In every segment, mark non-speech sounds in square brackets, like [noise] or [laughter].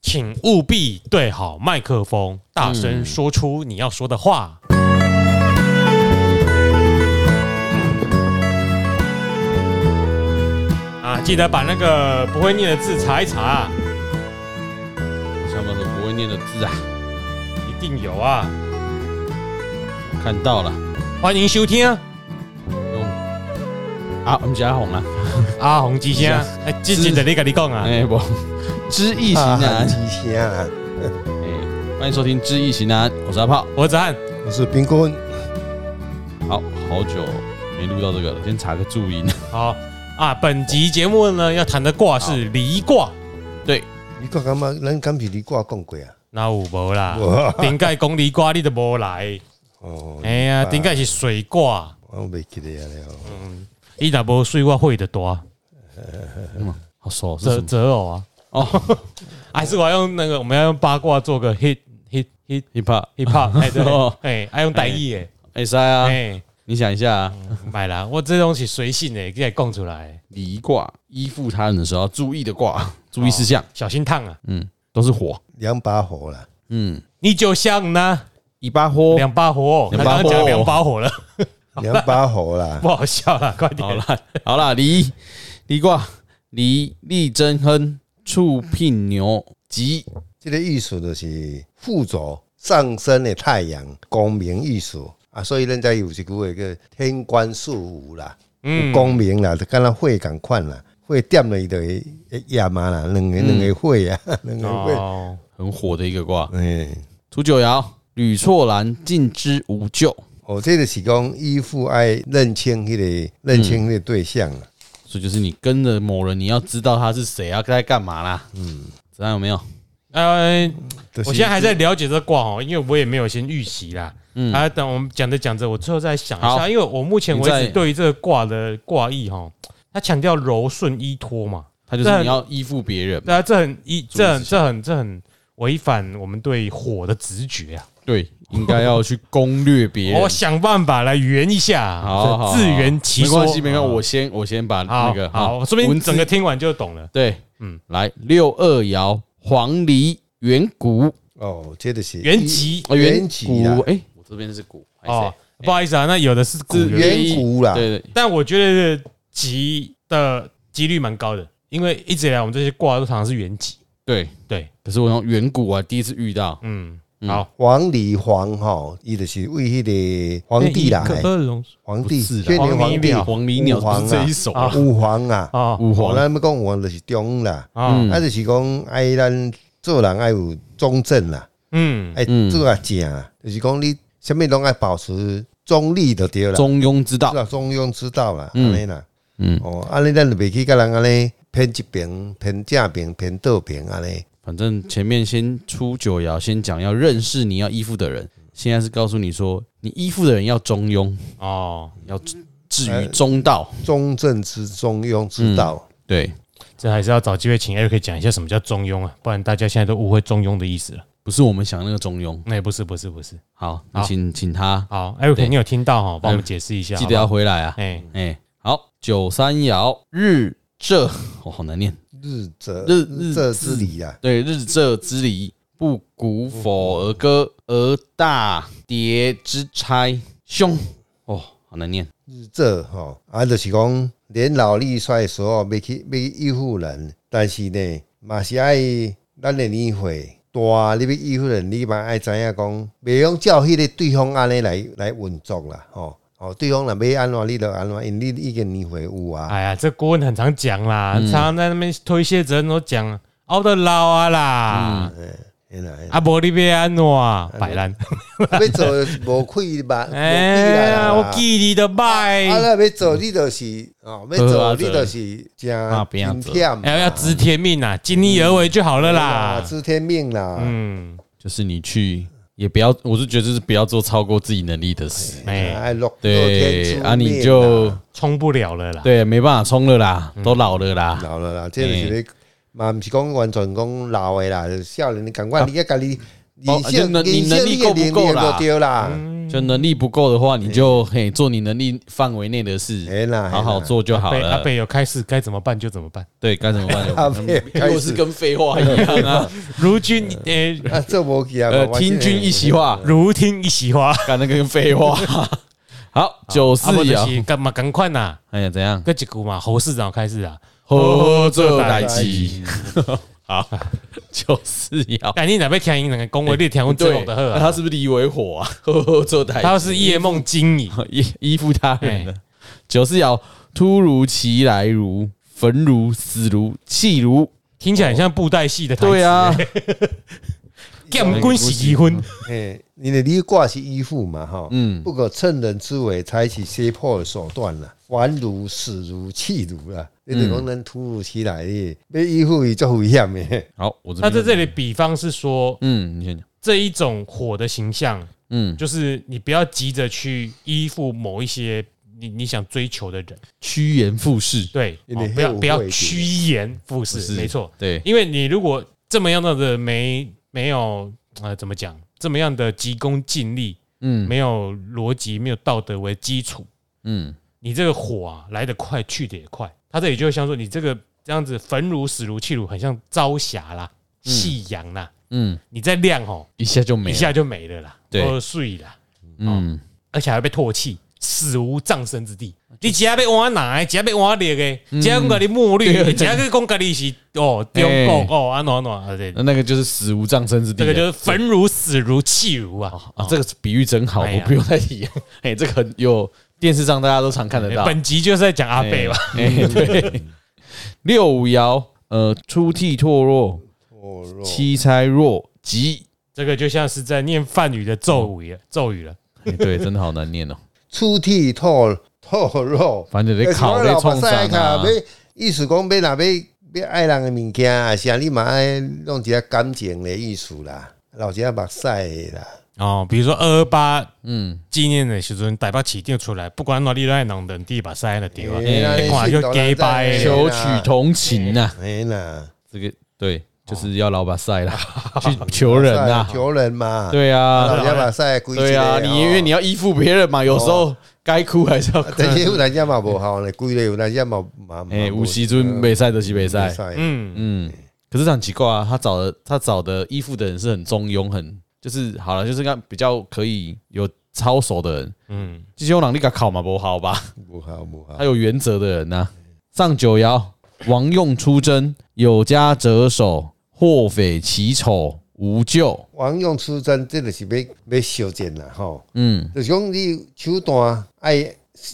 请务必对好麦克风，大声说出你要说的话。啊，记得把那个不会念的字查一查，上面有不会念的字啊，一定有啊！看到了。欢迎收听啊嗯啊，我们家红啊，阿红之声，哎，静静的你跟你讲啊，哎不，知易行啊难，极限啊！哎，欢迎收听知易行难，我是阿炮。我子翰，我是冰棍，好好久没录到这个了，先查个注 [laughs] 音。好啊，本集节目呢要谈的卦是离卦，你讲干嘛？咱敢比你挂讲过啊？那有无啦？我顶盖讲离卦你都无来，哦，哎呀，顶盖是水卦，我袂记得了了。伊若无水我会的多，啊好熟是择什么？择偶啊，哦还是我要用那个我们要用八卦做个 hit hit hit ，hip hop， hip [laughs] hop，哎哦对，哎，爱用单意哎，哎塞啊，哎，你想一下啊，买啦，我这东西随性哎，给讲出来，离卦依附他人的时候要注意的卦，注意事项，小心烫啊，哦嗯，都是火，两把火啦，嗯，你就像呢一把火。两把火，他刚哦两把火刚讲两把火了。 [laughs] 两把火啦，不好笑了，快好点！啦，好啦，离离卦，离力争亨，畜聘牛吉。这个意思就是附着上升的太阳，光明意思啊。所以人家有一句话叫“天官赐福”啦，有光明啦，就敢若火共款啦，火点了伊就会会炎嘛啦，两个两个火啊，两个火。哦，很火的一个卦。哎，初九爻，吕错然，进之无咎。哦，这个是讲依附爱认清迄个认清迄个对象啦。所以就是你跟着某人，你要知道他是谁，要在干嘛啦。嗯，怎样有没有？呃，就是我现在还在了解这卦哦，因为我也没有先预习啦。嗯，啊，等我们讲着讲着，我最后再想一下，好因为我目前为你再止对于这个卦的卦意哈，它强调柔顺依托嘛，他就是啊你要依附别人。对啊，这很依，注意这很事项这很这很违反我们对火的直觉啊！对，应该要去攻略别我人。想办法来圆一下，好好，哦自圆其没说。关系，没关系。好我先我先把那个好，我说不定文整字个听完就懂了。对，嗯嗯，来六二爻，黄鹂远古哦，这就是原籍哦远古古啦哎，我这边是古哦哦，，不好意思啊，那有的是古自人远古啦，对对，但我觉得吉的几率蛮高的，因为一直以来我们这些卦都常常是原吉。对，对，可是我用远古啊，第一次遇到，嗯，好，黄鹂黄吼，伊就是为迄个皇帝啦，哎嘿龙皇帝，不是啦轩黄年鹂皇帝鸟，哦黄鹂鸟吾皇不是这啊一首啊，武皇啊，啊吾皇哦咱要讲武皇就是忠啦，啊嗯啊就是讲爱咱做人爱有忠正啦，嗯，爱嗯做啊正啊，就是讲你什么拢爱保持中立就对啦，中庸之道是，啊中庸之道啦，安嗯尼啦，嗯，哦，安尼咱就袂去甲人安尼偏一边、偏正边、偏倒边安尼，反正前面先出九爻，先讲要认识你要依附的人，现在是告诉你说，你依附的人要中庸，哦，要至于中道。中正之中庸之道，对，这还是要找机会请 Eric 讲一下什么叫中庸啊，不然大家现在都误会中庸的意思了。哎不是我们想的那个中庸。那也不是，不是，不是。好，那好请请他好，Eric，对你有听到哈？帮我们解释一下，记得要好不好。回来啊。哎，哎，好，九三爻日这， [laughs] 哦，好难念。日则日日日则之啊理啦。对，日这之离，不鼓否而歌，而大蝶之钗凶。哦，好难念。日这吼，啊，就是讲年老力衰的时候，要去要去依附人，但是呢，嘛是爱咱的年岁大，你要依附人，你嘛爱知影讲，袂用照迄个对方安尼来来运作啦，吼、哦，对方若要安怎，你就安怎，因为你已经年岁有啊，哎呀，这顾问很常讲啦，常常在那边推卸责任，都讲熬得老啊啦，嘿啦嘿啦啊，无你别安怎啊，摆烂。要做无 [laughs] 亏吧，无亏哎呀，啦，我记你的哎拜，啊，那要做你就是哦，要好啊做好你做就是啊真不要真做忝嘛，哎要要知天命啊，尽力而为就好了啦。知天命啦，嗯，就是你去也不要，我是觉得就是不要做超过自己能力的事。哎，哎，落对啊，你就冲不了了啦。对没办法冲了啦，嗯都老了啦。老了啦，这哎就是你嘛，毋是讲完全讲老的啦，就是少年你感觉你个家己哦人生就能人生你你能力够的不够年龄啦嗯就对啦，就能力不够的话，你就嘿做你能力范围内的事，哎啦，好好嘿啦。做就好阿北阿了。北有开始该怎么办就怎么办。对，该怎么办就阿办？伯开又是始跟废话一样啊！如君诶，啊，做无去啊，呃，我听君一席 [laughs] 话，如听一席话。干那个跟废话。 [laughs] 好，九四啊不就爻，是干嘛赶快呐？哎呀，[laughs] 怎样？跟一句嘛，侯市长开始啊，喝这代志。好，九四爻。哎但你哪边听因两个恭维，你听我最好的那喝啊。他是不是李维火啊？ [laughs] 呵呵，做代，他是 [laughs] 夜梦惊你，依依附他人的哎九四爻，突如其来如焚如死如气如，听起来很像布袋戏的台词。对啊， [laughs] 剑棍是离婚，哎，你的离卦是依附嘛，哈，嗯不可趁人之危，采取胁迫的手段啦，还如死如弃如啦，你得嗯讲能突如其来的，要依附伊足危 [laughs] 险的。好，我这那边在这里比方是说，嗯，你先讲，这一种火的形象，嗯，就是你不要急着去依附某一些你你想追求的人，趋炎附势，对，有哦点不要后不要悔一点趋炎附不势，没错，对，因为你如果这么样的没没有呃怎么讲，这么样的急功近利，嗯没有逻辑、没有道德为基础，嗯，你这个火啊来得快，去得也快。他这里就会像说，你这个这样子焚如死如气如，很像朝霞啦、夕阳啦，嗯，你再亮哦，一下就没一了，下就没了啦，对喝碎啦，嗯，而且还会被唾弃，死无葬身之地。哦你只要被挖哪，只要被挖裂的，只要讲你墨绿嗯对，只要讲讲你是 [laughs] 哦中哎嗯国哦啊哪哪啊对，那那个就是死无葬身之地这了，个就是焚如死如气如啊，啊，这个比喻真好，哎我呀不用再提， [laughs] 哎，这个很有电视上大家都常看得到，本集就是在讲阿贝吧， [laughs] 哎，哎对，六五爻，呃，出涕唾落，哦咯七钗弱吉，这个就像是在念梵语的咒哦语了，咒语了。哎对，真的好难 [laughs] 念哦，出涕吐吐肉，反正就在考在冲上啊要，意思讲要若要要爱人的物件，啊，是啊，你嘛爱弄一下感情的意思啦，留一下目屎的啦。哦，比如说二二八嗯，纪念的时阵，台北市定出来，不管哪里都爱人等地把塞了对吧？哎啊你看就假掰的求取同情呐，哎啦，这个对，就是要老把赛啦，去求人呐，求人嘛，对啊，人家把赛归对啊，你因为你要要。依附别人嘛，有时候该哭还是要哭。 [laughs] 但是有人家嘛无效呢，规咧有人家嘛嘛哦哎，有时阵北赛就是北赛，嗯，嗯，嗯，可是这很奇怪啊，他找的他找的依附的人是很中庸，很就是好了，就是看比较可以有操守的人，嗯，这些能力个考嘛不好吧？无效无效他。有原则的人呐、上九爻，王用出征，有家折手，祸匪其丑，无咎。王用出征，这就是要要修剪啦吼，嗯就是讲你手段爱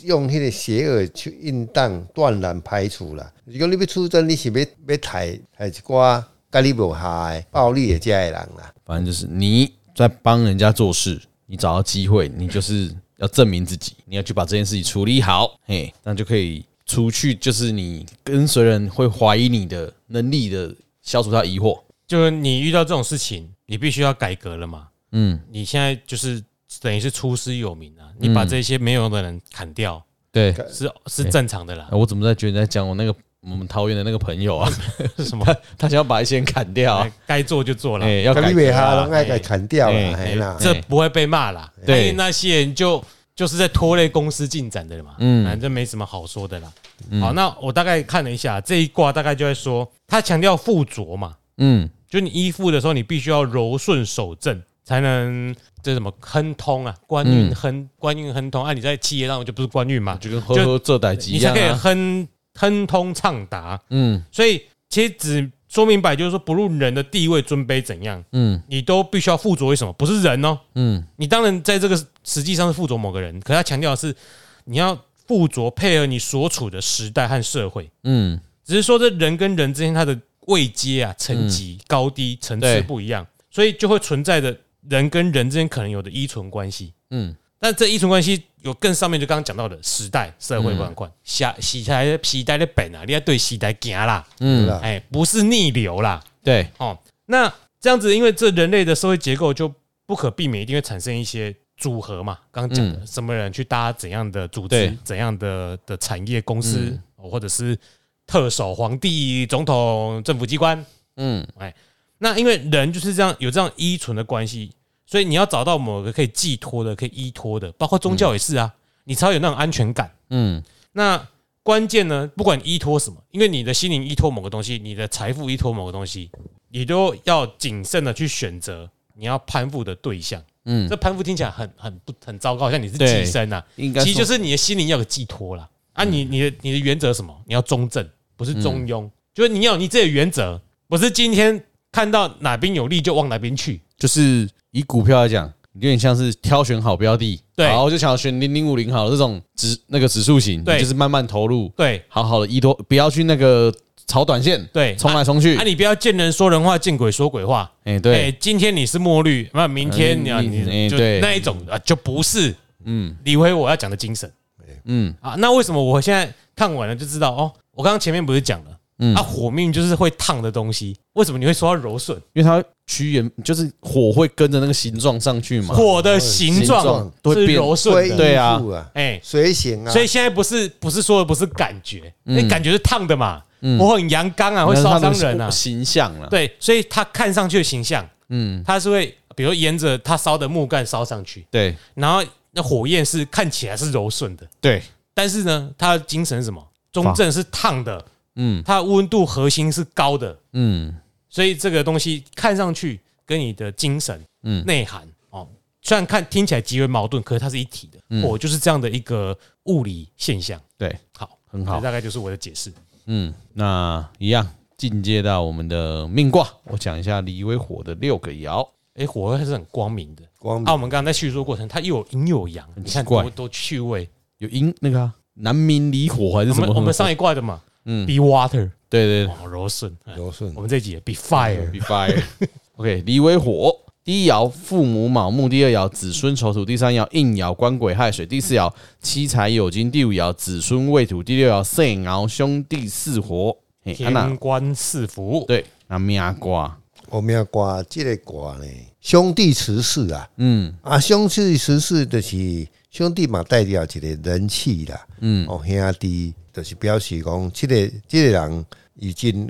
用迄个邪恶去应当断然排除啦。如果你要出征，你是要要杀杀一寡甲你无下的暴力的遮的人啦。反正就是你在帮人家做事，你找到机会，你就是要证明自己，你要去把这件事情处理好，嘿，这样就可以除去就是你跟随人会怀疑你的能力的，消除他疑惑。就是你遇到这种事情，你必须要改革了嘛。嗯，你现在就是等于是出师有名啊，你把这些没有用的人砍掉，对。是是正常的啦啊。我怎么在觉得你在讲我那个我们桃园的那个朋友啊， [laughs] 是 [laughs] 什么？他他想要把一些人砍掉啊，该做就做了哎、，要甲改你袂革下，啊拢，爱给砍掉啦，哎嘿啦。这不会被骂啦。对因为那些人就就是在拖累公司进展的嘛，嗯，嗯反正没什么好说的啦。好，那我大概看了一下这一卦，大概就在说，他强调附着嘛，嗯，就你依附的时候，你必须要柔顺守正，才能这什么亨通啊，官嗯运亨，官运亨通。啊，你在企业上就不是官运嘛，就跟呵呵这代嗯机一你才样可以啊，亨亨通畅达。嗯所以其实只说明白，就是说不论人的地位、尊卑怎样，嗯你都必须要附着为什么？不是人哦，嗯你当然在这个实际上是附着某个人，可他强调的是你要附着配合你所处的时代和社会。嗯，只是说这人跟人之间他的位阶啊、层级、高低、层对次不一样，所以就会存在着人跟人之间可能有的依存关系。嗯嗯，但这依存关系有更上面就刚刚讲到的时代、社会观观，下时代时代的本啊，你要对时代行啦，对嗯，啦，哎，不是逆流啦，对，哦，那这样子，因为这人类的社会结构就不可避免，一定会产生一些组合嘛。刚刚讲的，什么人去搭怎样的组织嗯对、怎样的的产业公司，嗯哦或者是特首、皇帝、总统、政府机关。嗯那因为人就是这样有这样依存的关系，所以你要找到某个可以寄托的、可以依托的，包括宗教也是啊，你才会有那种安全感。嗯，那关键呢，不管你依托什么，因为你的心灵依托某个东西，你的财富依托某个东西，你都要谨慎的去选择你要攀附的对象。嗯这攀附听起来很很不很糟糕，好像你是对寄生啊，应该嗯其实就是是你的心灵要有个寄托啦。啊，你你的你的原则是什么？你要中正，不是中庸，就是你要有你自己的原则，不是今天看到哪边有利就往哪边去。就是以股票来讲，有点像是挑选好标的，对然后就想要选零零五零好了这种指那个指数型，对你就是慢慢投入，对好好的依托，不要去那个炒短线，对冲来冲去啊，，你不要见人说人话，见鬼说鬼话。哎，哎对，今天你是墨绿，那明天你要嗯你你哎就对那一种啊，就不是嗯李辉我要讲的精神嗯啊。那为什么我现在看完了就知道哦？我刚刚前面不是讲了，嗯啊，，火命就是会烫的东西，为什么你会说它柔顺？因为它趋炎，就是火会跟着那个形状上去嘛，火的形状嗯形状是会变柔所顺以的，对啊依附啊，哎、随行啊，所以现在不是不是说的不是感觉，嗯那、感觉是烫的嘛，我很阳刚啊，那会是烧它伤的人啊，形象了，，对，所以他看上去的形象，嗯，他是会比如沿着他烧的木干烧上去，对然后那火焰是看起来是柔顺的，对，但是呢，他的精神是什么？中正是烫的，嗯它的温度核心是高的，嗯，所以这个东西看上去跟你的精神、嗯内涵哦，虽然看听起来极为矛盾，可是它是一体的。嗯我、就是这样的一个物理现象。对，好，很好这大概就是我的解释。嗯，那一样进阶到我们的命卦，我讲一下离为火的六个爻。哎、火还是很光明的。光啊，明我们刚才在叙述过程，它又有阴又有阳，你看奇怪多多趣味。有阴那个啊，南明离火还是我什们么？我们上一卦的嘛，嗯嗯，be water，对对对哦，柔顺。哎柔顺我，们这一集也 be fire， ，be fire。OK，离为火，第一爻父母卯木，第二爻子孙丑土，第三爻应爻官鬼亥水，第四爻七财酉金，第五爻子孙未土，第六爻肾爻兄弟巳火。嘿，安娜天官赐福。啊对，那命卦，我们要挂这个挂呢，兄弟慈氏啊，嗯啊，兄弟慈氏就是兄弟嘛，代表一个人气啦，嗯哦，兄弟就是表示讲，这个这个人已经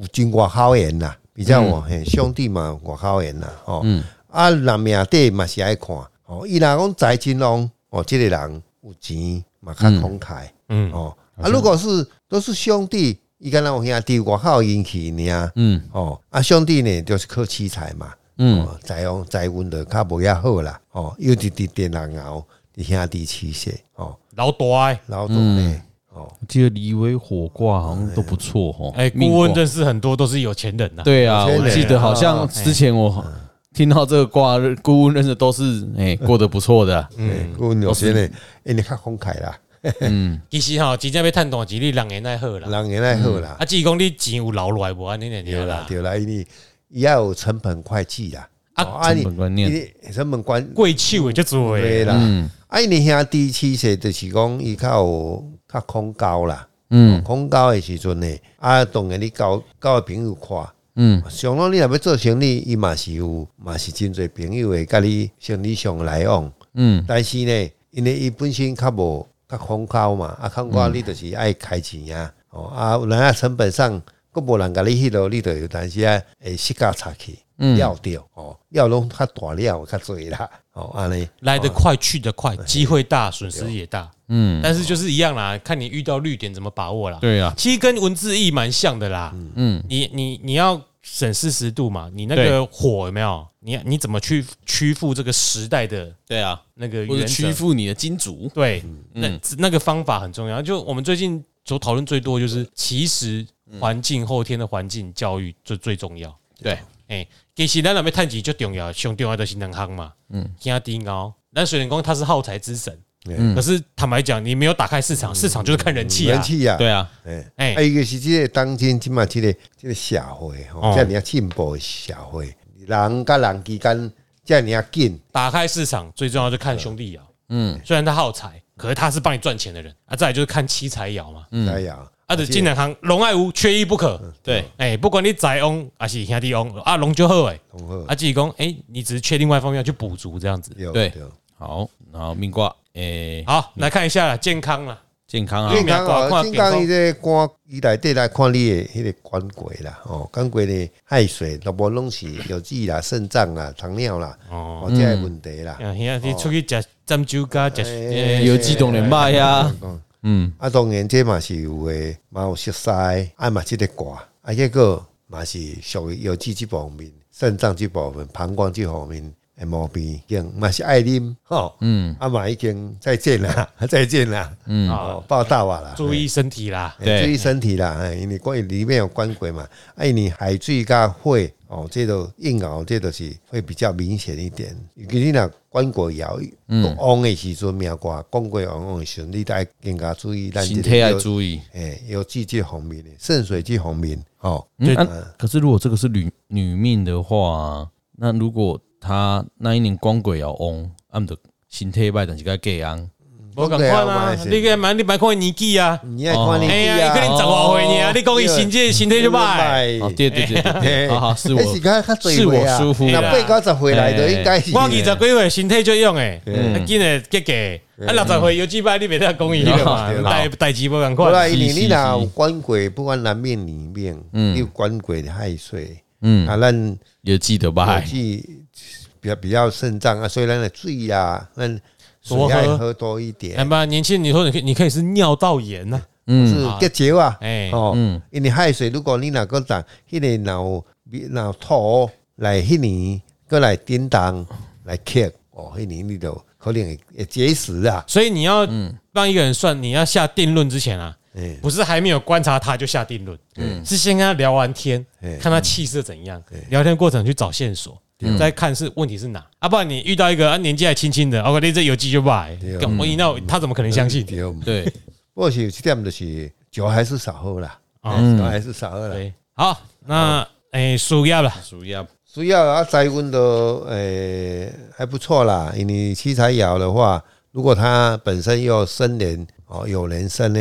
有经过好缘啦，比较我、嘿兄弟嘛，外好缘啦，哦，嗯啊，人命底嘛是爱看，哦，伊若讲财金旺，哦，这个人有钱嘛较慷慨，嗯，哦，啊，如果是都是兄弟，伊敢若有兄弟外好运气尔，嗯哦，啊，兄弟呢就是靠七财嘛。嗯，哦，财旺财运就较无遐好啦，哦，又伫伫电人熬，伫兄弟起势，哦，老大哎，老总呢，哦，我记得离为火卦好像都不错哦。哎，命顾问卦认识很多都是有钱人呐。对啊，哎有些我人记得好像啊之前我听到这个卦，顾问认识都是哎、过得不错的，嗯，阮有些呢，因为较慷慨啦，嗯，其实吼，真正要趁大钱，你人缘爱好啦。人缘爱好嗯啦啊啊，，只是讲你钱有留落来无安尼就对对啦啦，。对啦，因为伊要有成本会计啦，啊哦成本观念，你成本观贵手的就做对诶，啦，嗯啊，因为兄弟起势就是讲伊较有较恐高啦，嗯恐高的时阵呢，啊，当然你交交的朋友看。嗯上拢你若要做生意，伊嘛是有，嘛是真侪朋友会甲你生理上来往。嗯但是呢，因为伊本身较无较恐高嘛，啊，恐高你就是爱开钱啊，哦啊，有人啊成本上，佫无人甲你迄落，你就有但是啊，会失价差去，嗯，了掉哦，了拢较大了较侪啦，哦安尼，来得快去得快，机会大，损失也大。嗯，但是就是一样啦，看你遇到绿点怎么把握啦。对啊，其实跟文字意蛮像的啦。嗯你你你要审视时度嘛，你那个火有没有？你你怎么去屈服这个时代的对啊，那个或者原屈则？服你的金主，对，那那个方法很重要。就我们最近所讨论最多就是，其实环境后天的环境教育最最重要。对，诶、其实咱若要趁钱最重要，上重要就是两项嘛。嗯，兄弟哦，咱虽然讲他是耗财之神，嗯可是坦白讲，你没有打开市场，市场就是看人气人啊。气啊，对啊，哎。哎、啊，伊个是即个当今即嘛，即个即个社会哦吼，遮尔啊进步的社会，人甲人之间遮尔啊紧，打开市场最重要就看兄弟爻，嗯虽然他耗财，可是他是帮你赚钱的人啊。再来就是看七财爻嘛，哎呀，啊，这金两行龙爱无缺一不可。对，哎、不管你财翁还是兄弟翁，啊龙就好哎、同好啊，自己讲哎，你只是缺另外一方面要去补足这样子。对对好，然后命卦，哎、好，来看一下啦健康啦，健康啊对，健康哦，看健健康康伊这肝伊内底来看你的迄个肝过啦，哦，肝过呢海水，都无拢是有脂啦、肾脏啦、糖尿啦，哦，哦，这些问题啦。啊，现在你出去食针灸加食，哦哎有几种人脉呀？嗯，啊，当然这嘛是有诶，嘛有熟悉，啊嘛即个挂，啊结果嘛是属于有脂即方面、肾脏即部分、膀胱即方面诶毛病，已经嘛是爱啉吼，嗯，啊嘛已经再见啦，再见啦，嗯，哦，报道啊啦，注意身体啦。哎对注意身体啦，哎，因为关于里面有关鬼嘛，哎，你海水加会哦，这都硬熬，这都是会比较明显一点。尤其你若关鬼摇，嗯，旺的时阵命挂，关鬼旺旺的时阵，你得更加注意咱心态要意，注意。哎，有季节方面的肾水这方面，哦，嗯，啊可是如果这个是女女命的话，那如果她那一年光鬼要啊翁，俺们的心态歹，但是该给昂。嗯无共款啊讲起来，你个蛮你蛮看伊年纪啊，你要看你哎呀，伊可能啊十外岁哎尔，你讲伊身体身体就歹。你就哦，歹对对对对对，好好是我那哎是较较侪是我岁啊疏忽若啦八九十回来的应该是我二十几岁身体就用诶，啊，紧诶结结，啊，六十岁有几摆你袂得讲伊个嘛对，啦代代志无共无啦，款。因为你是若是有管过，不管南面里面，你有管过的海水，嗯啊，咱也记得吧火？气比较比较肾脏啊，所以咱的水啊，咱水多喝要喝多一哎点，妈，年轻你说你可以你可以是尿道炎啊呐，是结节啊，哎哦，因为海水如果你若个长，迄个脑脑土来迄年，过来叮当来克，哦，迄年你就可能会会结石啊，所以你要帮一个人算，你要下定论之前啊，嗯不是还没有观察他就下定论，是先跟他聊完天，看他气色怎样，聊天过程去找线索，嗯再看是问题是哪。啊，不然你遇到一个啊年纪还轻轻的，哦，你这有机就拜对，干我那他怎么可能相信？对，对，不过是有一点就是酒还是少喝啦，哦酒还是少喝啦。对，好，那哎，输业了，属于啊，主要啊，栽温都诶还不错啦，因为七彩窑的话，如果它本身又生莲哦，有人参呢，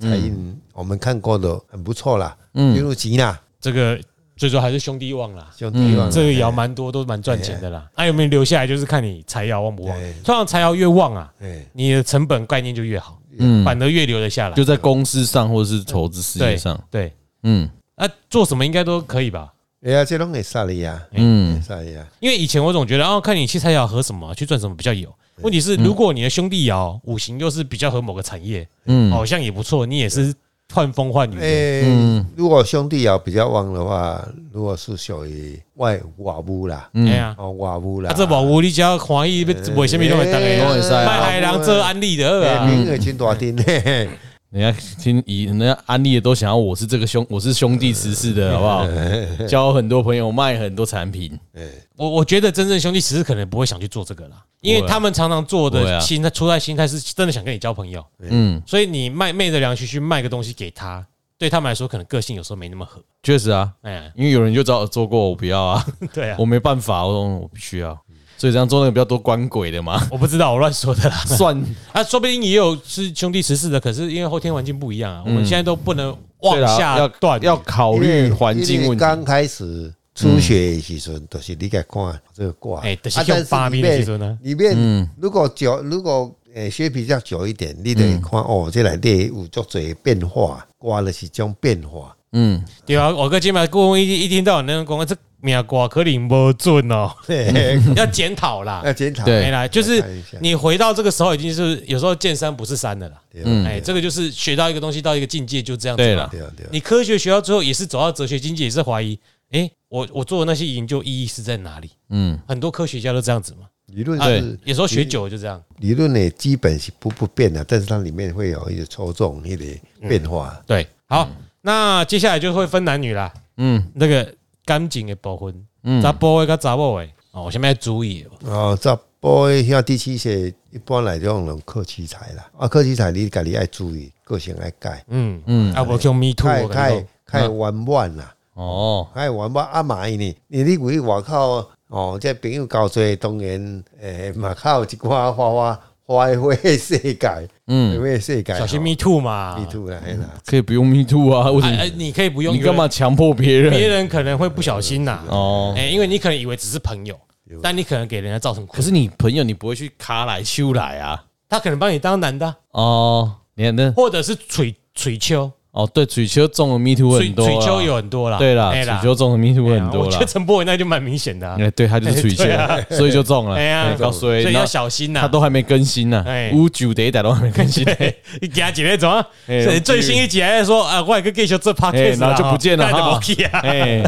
彩印嗯我们看过的很不错啦，嗯，入吉啦，这个最终还是兄弟旺啦。兄弟们，这个窑蛮多，都蛮赚钱的啦。啊，有没有留下来就是看你财窑旺不旺。通常财窑越旺啊，嗯哎，你的成本概念就越好，反而越留得下来。就在公司上或者是投资事业对上，对，嗯啊，做什么应该都可以吧？哎呀，这拢会杀的呀，嗯会，杀啊的呀，因为以前我总觉得，哦，看你器材窑合什么，去赚什么比较有。问题是，如果你的兄弟窑五行又是比较合某个产业，嗯好像也不错，你也是换风换雨的。哎，嗯如果兄弟窑比较旺的话，如果是属于外瓦屋啦，嗯哎呀，哦瓦屋啦啊，，这宝屋你只要欢喜，为什么都会当哎都的会使啊卖海人做安利的好哎啊。名额真大丁嘿嘿，人家听以人家安利的都想要我是这个兄我是兄弟十四的好不好？交很多朋友，卖很多产品，我我觉得真正兄弟其实可能不会想去做这个啦，因为他们常常做不会啊的心态出在心态是真的想跟你交朋友，嗯，所以你卖昧着良心去卖个东西给他，对他们来说可能个性有时候没那么合。确实啊，哎 [laughs] 呀，因为有人就找我做过，我不要 [laughs] 啊，对啊，我没办法，我说我必须要，所以这样做那个比较多官鬼的 [laughs] 嘛，我不知道，我乱说的啦。算啊，说不定也有是兄弟十四的，可是因为后天环境不一样啊，我们现在都不能往嗯对啦下要断要考虑环境因为问题，刚开始初学的时候，都是你该看这个卦，哎就是啊用八但是面里面的时候呢里嗯面如果久，如果诶学比较久一点，你得看哦，这内底有足侪变化，卦的是种变化，嗯，对啊，我跟金马顾问一一听到那种讲这命卦可能不准 [laughs] 哦，要检讨啦。 [laughs] 要检嗯讨。对哎啦，就是看一下你回到这个时候，已经是有时候见山不是山的啦。对嗯啊哎，这个就是学到一个东西到一个境界，就这样子嘛对了，对啊对啊，你科学学到最后，也是走到哲学经济，也是怀疑，哎，我我做的那些研究意义是在哪里？嗯，很多科学家都这样子嘛。理论啊是，有时候学久了就这样。理论呢，基本是不不变的，但是它里面会有一些抽中一点变化。对，好，嗯那接下来就会分男女啦。嗯，那个干净的部分，嗯，查甫的跟查某的，哦，我下面要注意哦，嗯哦，这波像第七些一般来讲拢克七彩啦，啊，克七彩你家己爱注意，个性爱改。嗯嗯，啊，我叫 me too，太我跟你太讲太玩玩啦，哦，太玩玩啊嘛伊呢，你你为外口哦，这朋友交多，当然诶，嘛靠有一寡花花花卉的世界，嗯，花卉的世界，小心啊 me too 嘛迷途啦，嘿啦，可以不用 me too 啊，为什哎么哎，你可以不用，你干嘛强迫别别人？人可能会不小心呐、哦，哎、因为你可能以为只是朋友，但你可能给人家造成可困扰。是你朋友你不会去卡来修来啊，他可能把你当男的啊、哦，你看那或者是水水丘，哦，对，水球中的 Me Too 水很多啊啦，水丘有很多啦，对啦，哎水球中的 Me Too 哎很呀多我觉啦得，陈柏伟那就蛮明显的啊，哎，对他就是水 [laughs] 球对啊，所以就中了，哎呀哎，告诉所以要小心他呐。都还没更新呢哎，五九得一打都还没 [laughs] 更新，对，你给他几那种啊？哎所以最新一集还在说啊，我有个 gay 秀这啊 p o d c 哎 a s t 然后就不见了怎哈么去啊？ [laughs] 哎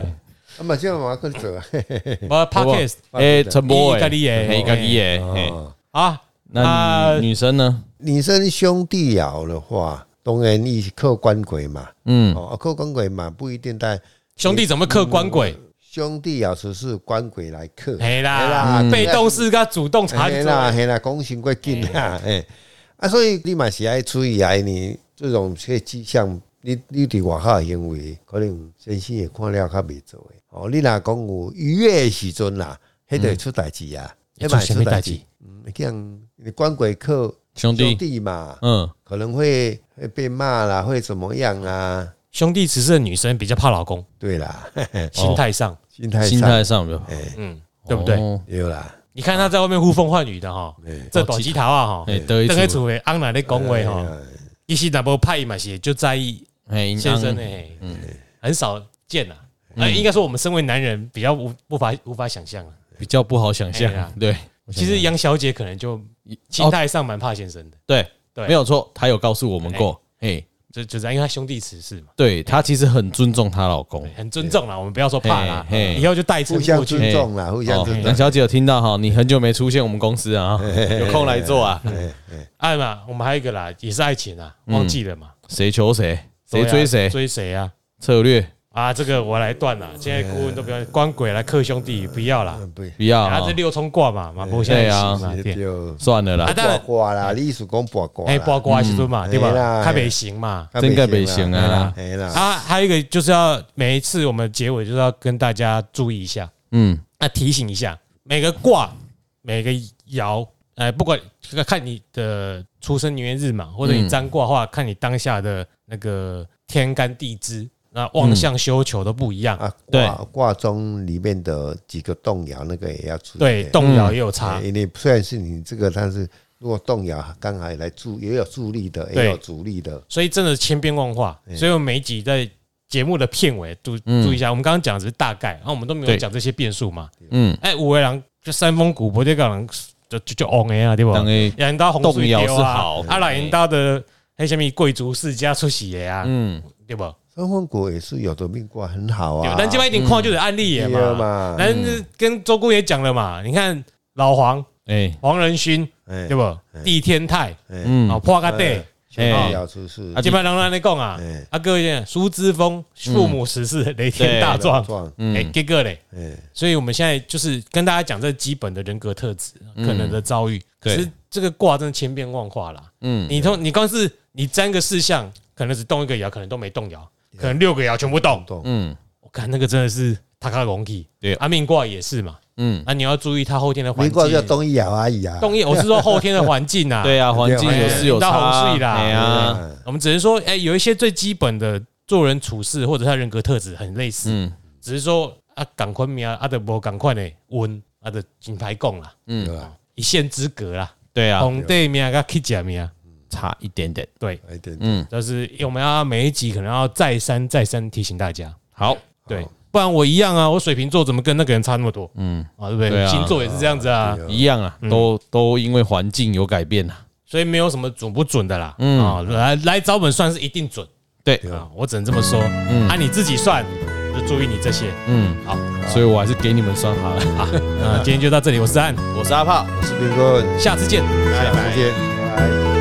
啊嘛，即嘛去做啊，嘿嘿我 p o d c a s 哎，陈柏伟，他自己的哎，咖喱耶，哎， t 啊，那啊女女生呢？女生兄弟爻的话，当然伊是靠官鬼嘛，嗯，哦，啊靠官鬼嘛不一定，但兄弟怎么克官鬼？嗯兄弟爻只是官鬼来克，哎嘿啦，被动式跟主动差嘿很哎啦多。嘿啦，讲伤过紧啦，哎嘿，啊，所以你嘛是爱注意爱你这种这迹象，你你伫外口的行为，可能先生会看了较袂做诶。哦，你若讲有愉悦的时阵啦，迄就会出代志啊，会迄出嘛什么代志？嗯，像你官鬼克兄兄弟，弟嘛，嗯，可能会会被骂啦，会怎么样啊？兄弟只是女生比较怕老公，对啦， [laughs] 心态上，心态心上态上比较好，嗯，对不对？哦有啦，你看他在外面呼风唤雨的哈，这短吉他啊哈，哎，得一邓黑组，楚诶，安奶的恭维哎哈，呀一些 double 派嘛是就在意哎，银先行生诶，很少见呐。哎，应该说我们身为男人比较无无法无法想象啊。比较不好想哎呀象，对，其实杨小姐可能就心态上蛮怕先生的，对，对哎没有错，她有告诉我们过，嘿，就就是因为她兄弟此事嘛，对她其实很尊重她老公对。很尊重啦。我们不要说怕啦，嘿嘿以后就代称互相过去。尊重啦，互相哦尊，杨重。小姐有听到哈，你很久没出现我们公司啊，有空来做啊，爱嘛，我们还有一个啦，也是爱情啊，忘记了嘛，谁求谁，谁追对啊谁，追谁啊？策略啊，这个我来断啦，现在顾问都不要光鬼来克兄弟，不要啦，嗯不不要啊，啊这，六冲卦嘛，嘛不现在行嘛，是对。就算了啊，啦，当八然，卦啦，你是讲八卦啦，哎，八卦时阵嘛，对吧嘿啦？看北行嘛。较真个袂袂行啦啊，哎啦，啊，还有一个就是要每一次我们结尾就是要跟大家注意一下，嗯，啊，提醒一下，每个卦、每个爻，哎，不管看你的出生年月日嘛，或者你占卦的话，看你当下的那个天干地支，那望向修求都不一样。啊，对卦卦中里面的几个动摇，那个也要注意。对，动摇也有差哎，。因为虽然是你这个，但是如果动摇，刚好也来助，也有助力的，对也有阻力的。所以真的千变万化。所以我每一集在节目的片尾注注意一下，我们刚刚讲的只是大概，然后我们都没有嗯对讲这些变数嘛。嗯，哎，五位狼就三峰古柏这个人就就就 on 啊，对吧当？然，两刀红水动丢摇是啊好，啊，两刀的黑什么贵族世家出席的啊，嗯，对不？三分国也是有的命卦很好对啊，咱这边一点看就有案例嗯也啊对啊嘛，嘛，咱跟周公也讲了嘛，你看老黄哎，黄仁勋哎对，不？地天泰嗯啊，，破个地。全哎部要出事，啊，基本上人来讲啊哎，啊，各位见苏之峰父母十世雷天大壮，撞，哎，嗯，给个嘞。哎，所以我们现在就是跟大家讲这基本的人格特质可能的遭遇，可嗯对是这个卦真的千变万化啦。嗯，你通你光是你占个四项，可能只动一个爻，可能都没动摇，可能六个爻全部动。动，嗯，我看那个真的是塔卡龙体，对阿命卦也是嘛，嗯，啊，你要注意它后天的环命卦叫境。东一爻而已啊，动业，我是说后天的环境 [laughs] 啊。对啊，环境有是有差哎你到红水啦啊，哎呀，啊，我们只能说，哎、有一些最基本的做人处事或者他人格特质很类似，嗯只是说啊，赶快命啊，得无赶快呢，温啊得金牌供啦，对嗯，吧？一线之隔啦，对啊，红对命跟 K 甲命，啊差一点点，对，来点嗯，就是我们要每一集可能要再三再三提醒大家，好，对，不然我一样啊，我水瓶座怎么跟那个人差那么多嗯，啊？对不对？对啊星座也是这样子啊，对一样啊，都都因为环境有改变啊，所以没有什么准不准的啦，嗯啊，来来找本算是一定准对，啊，我只能这么说，啊，你自己算就注意你这些，嗯，好。所以我还是给你们算好了，好，那今天就到这里，我是安，我是阿炮。我是兵哥，下次见。下次见，拜拜。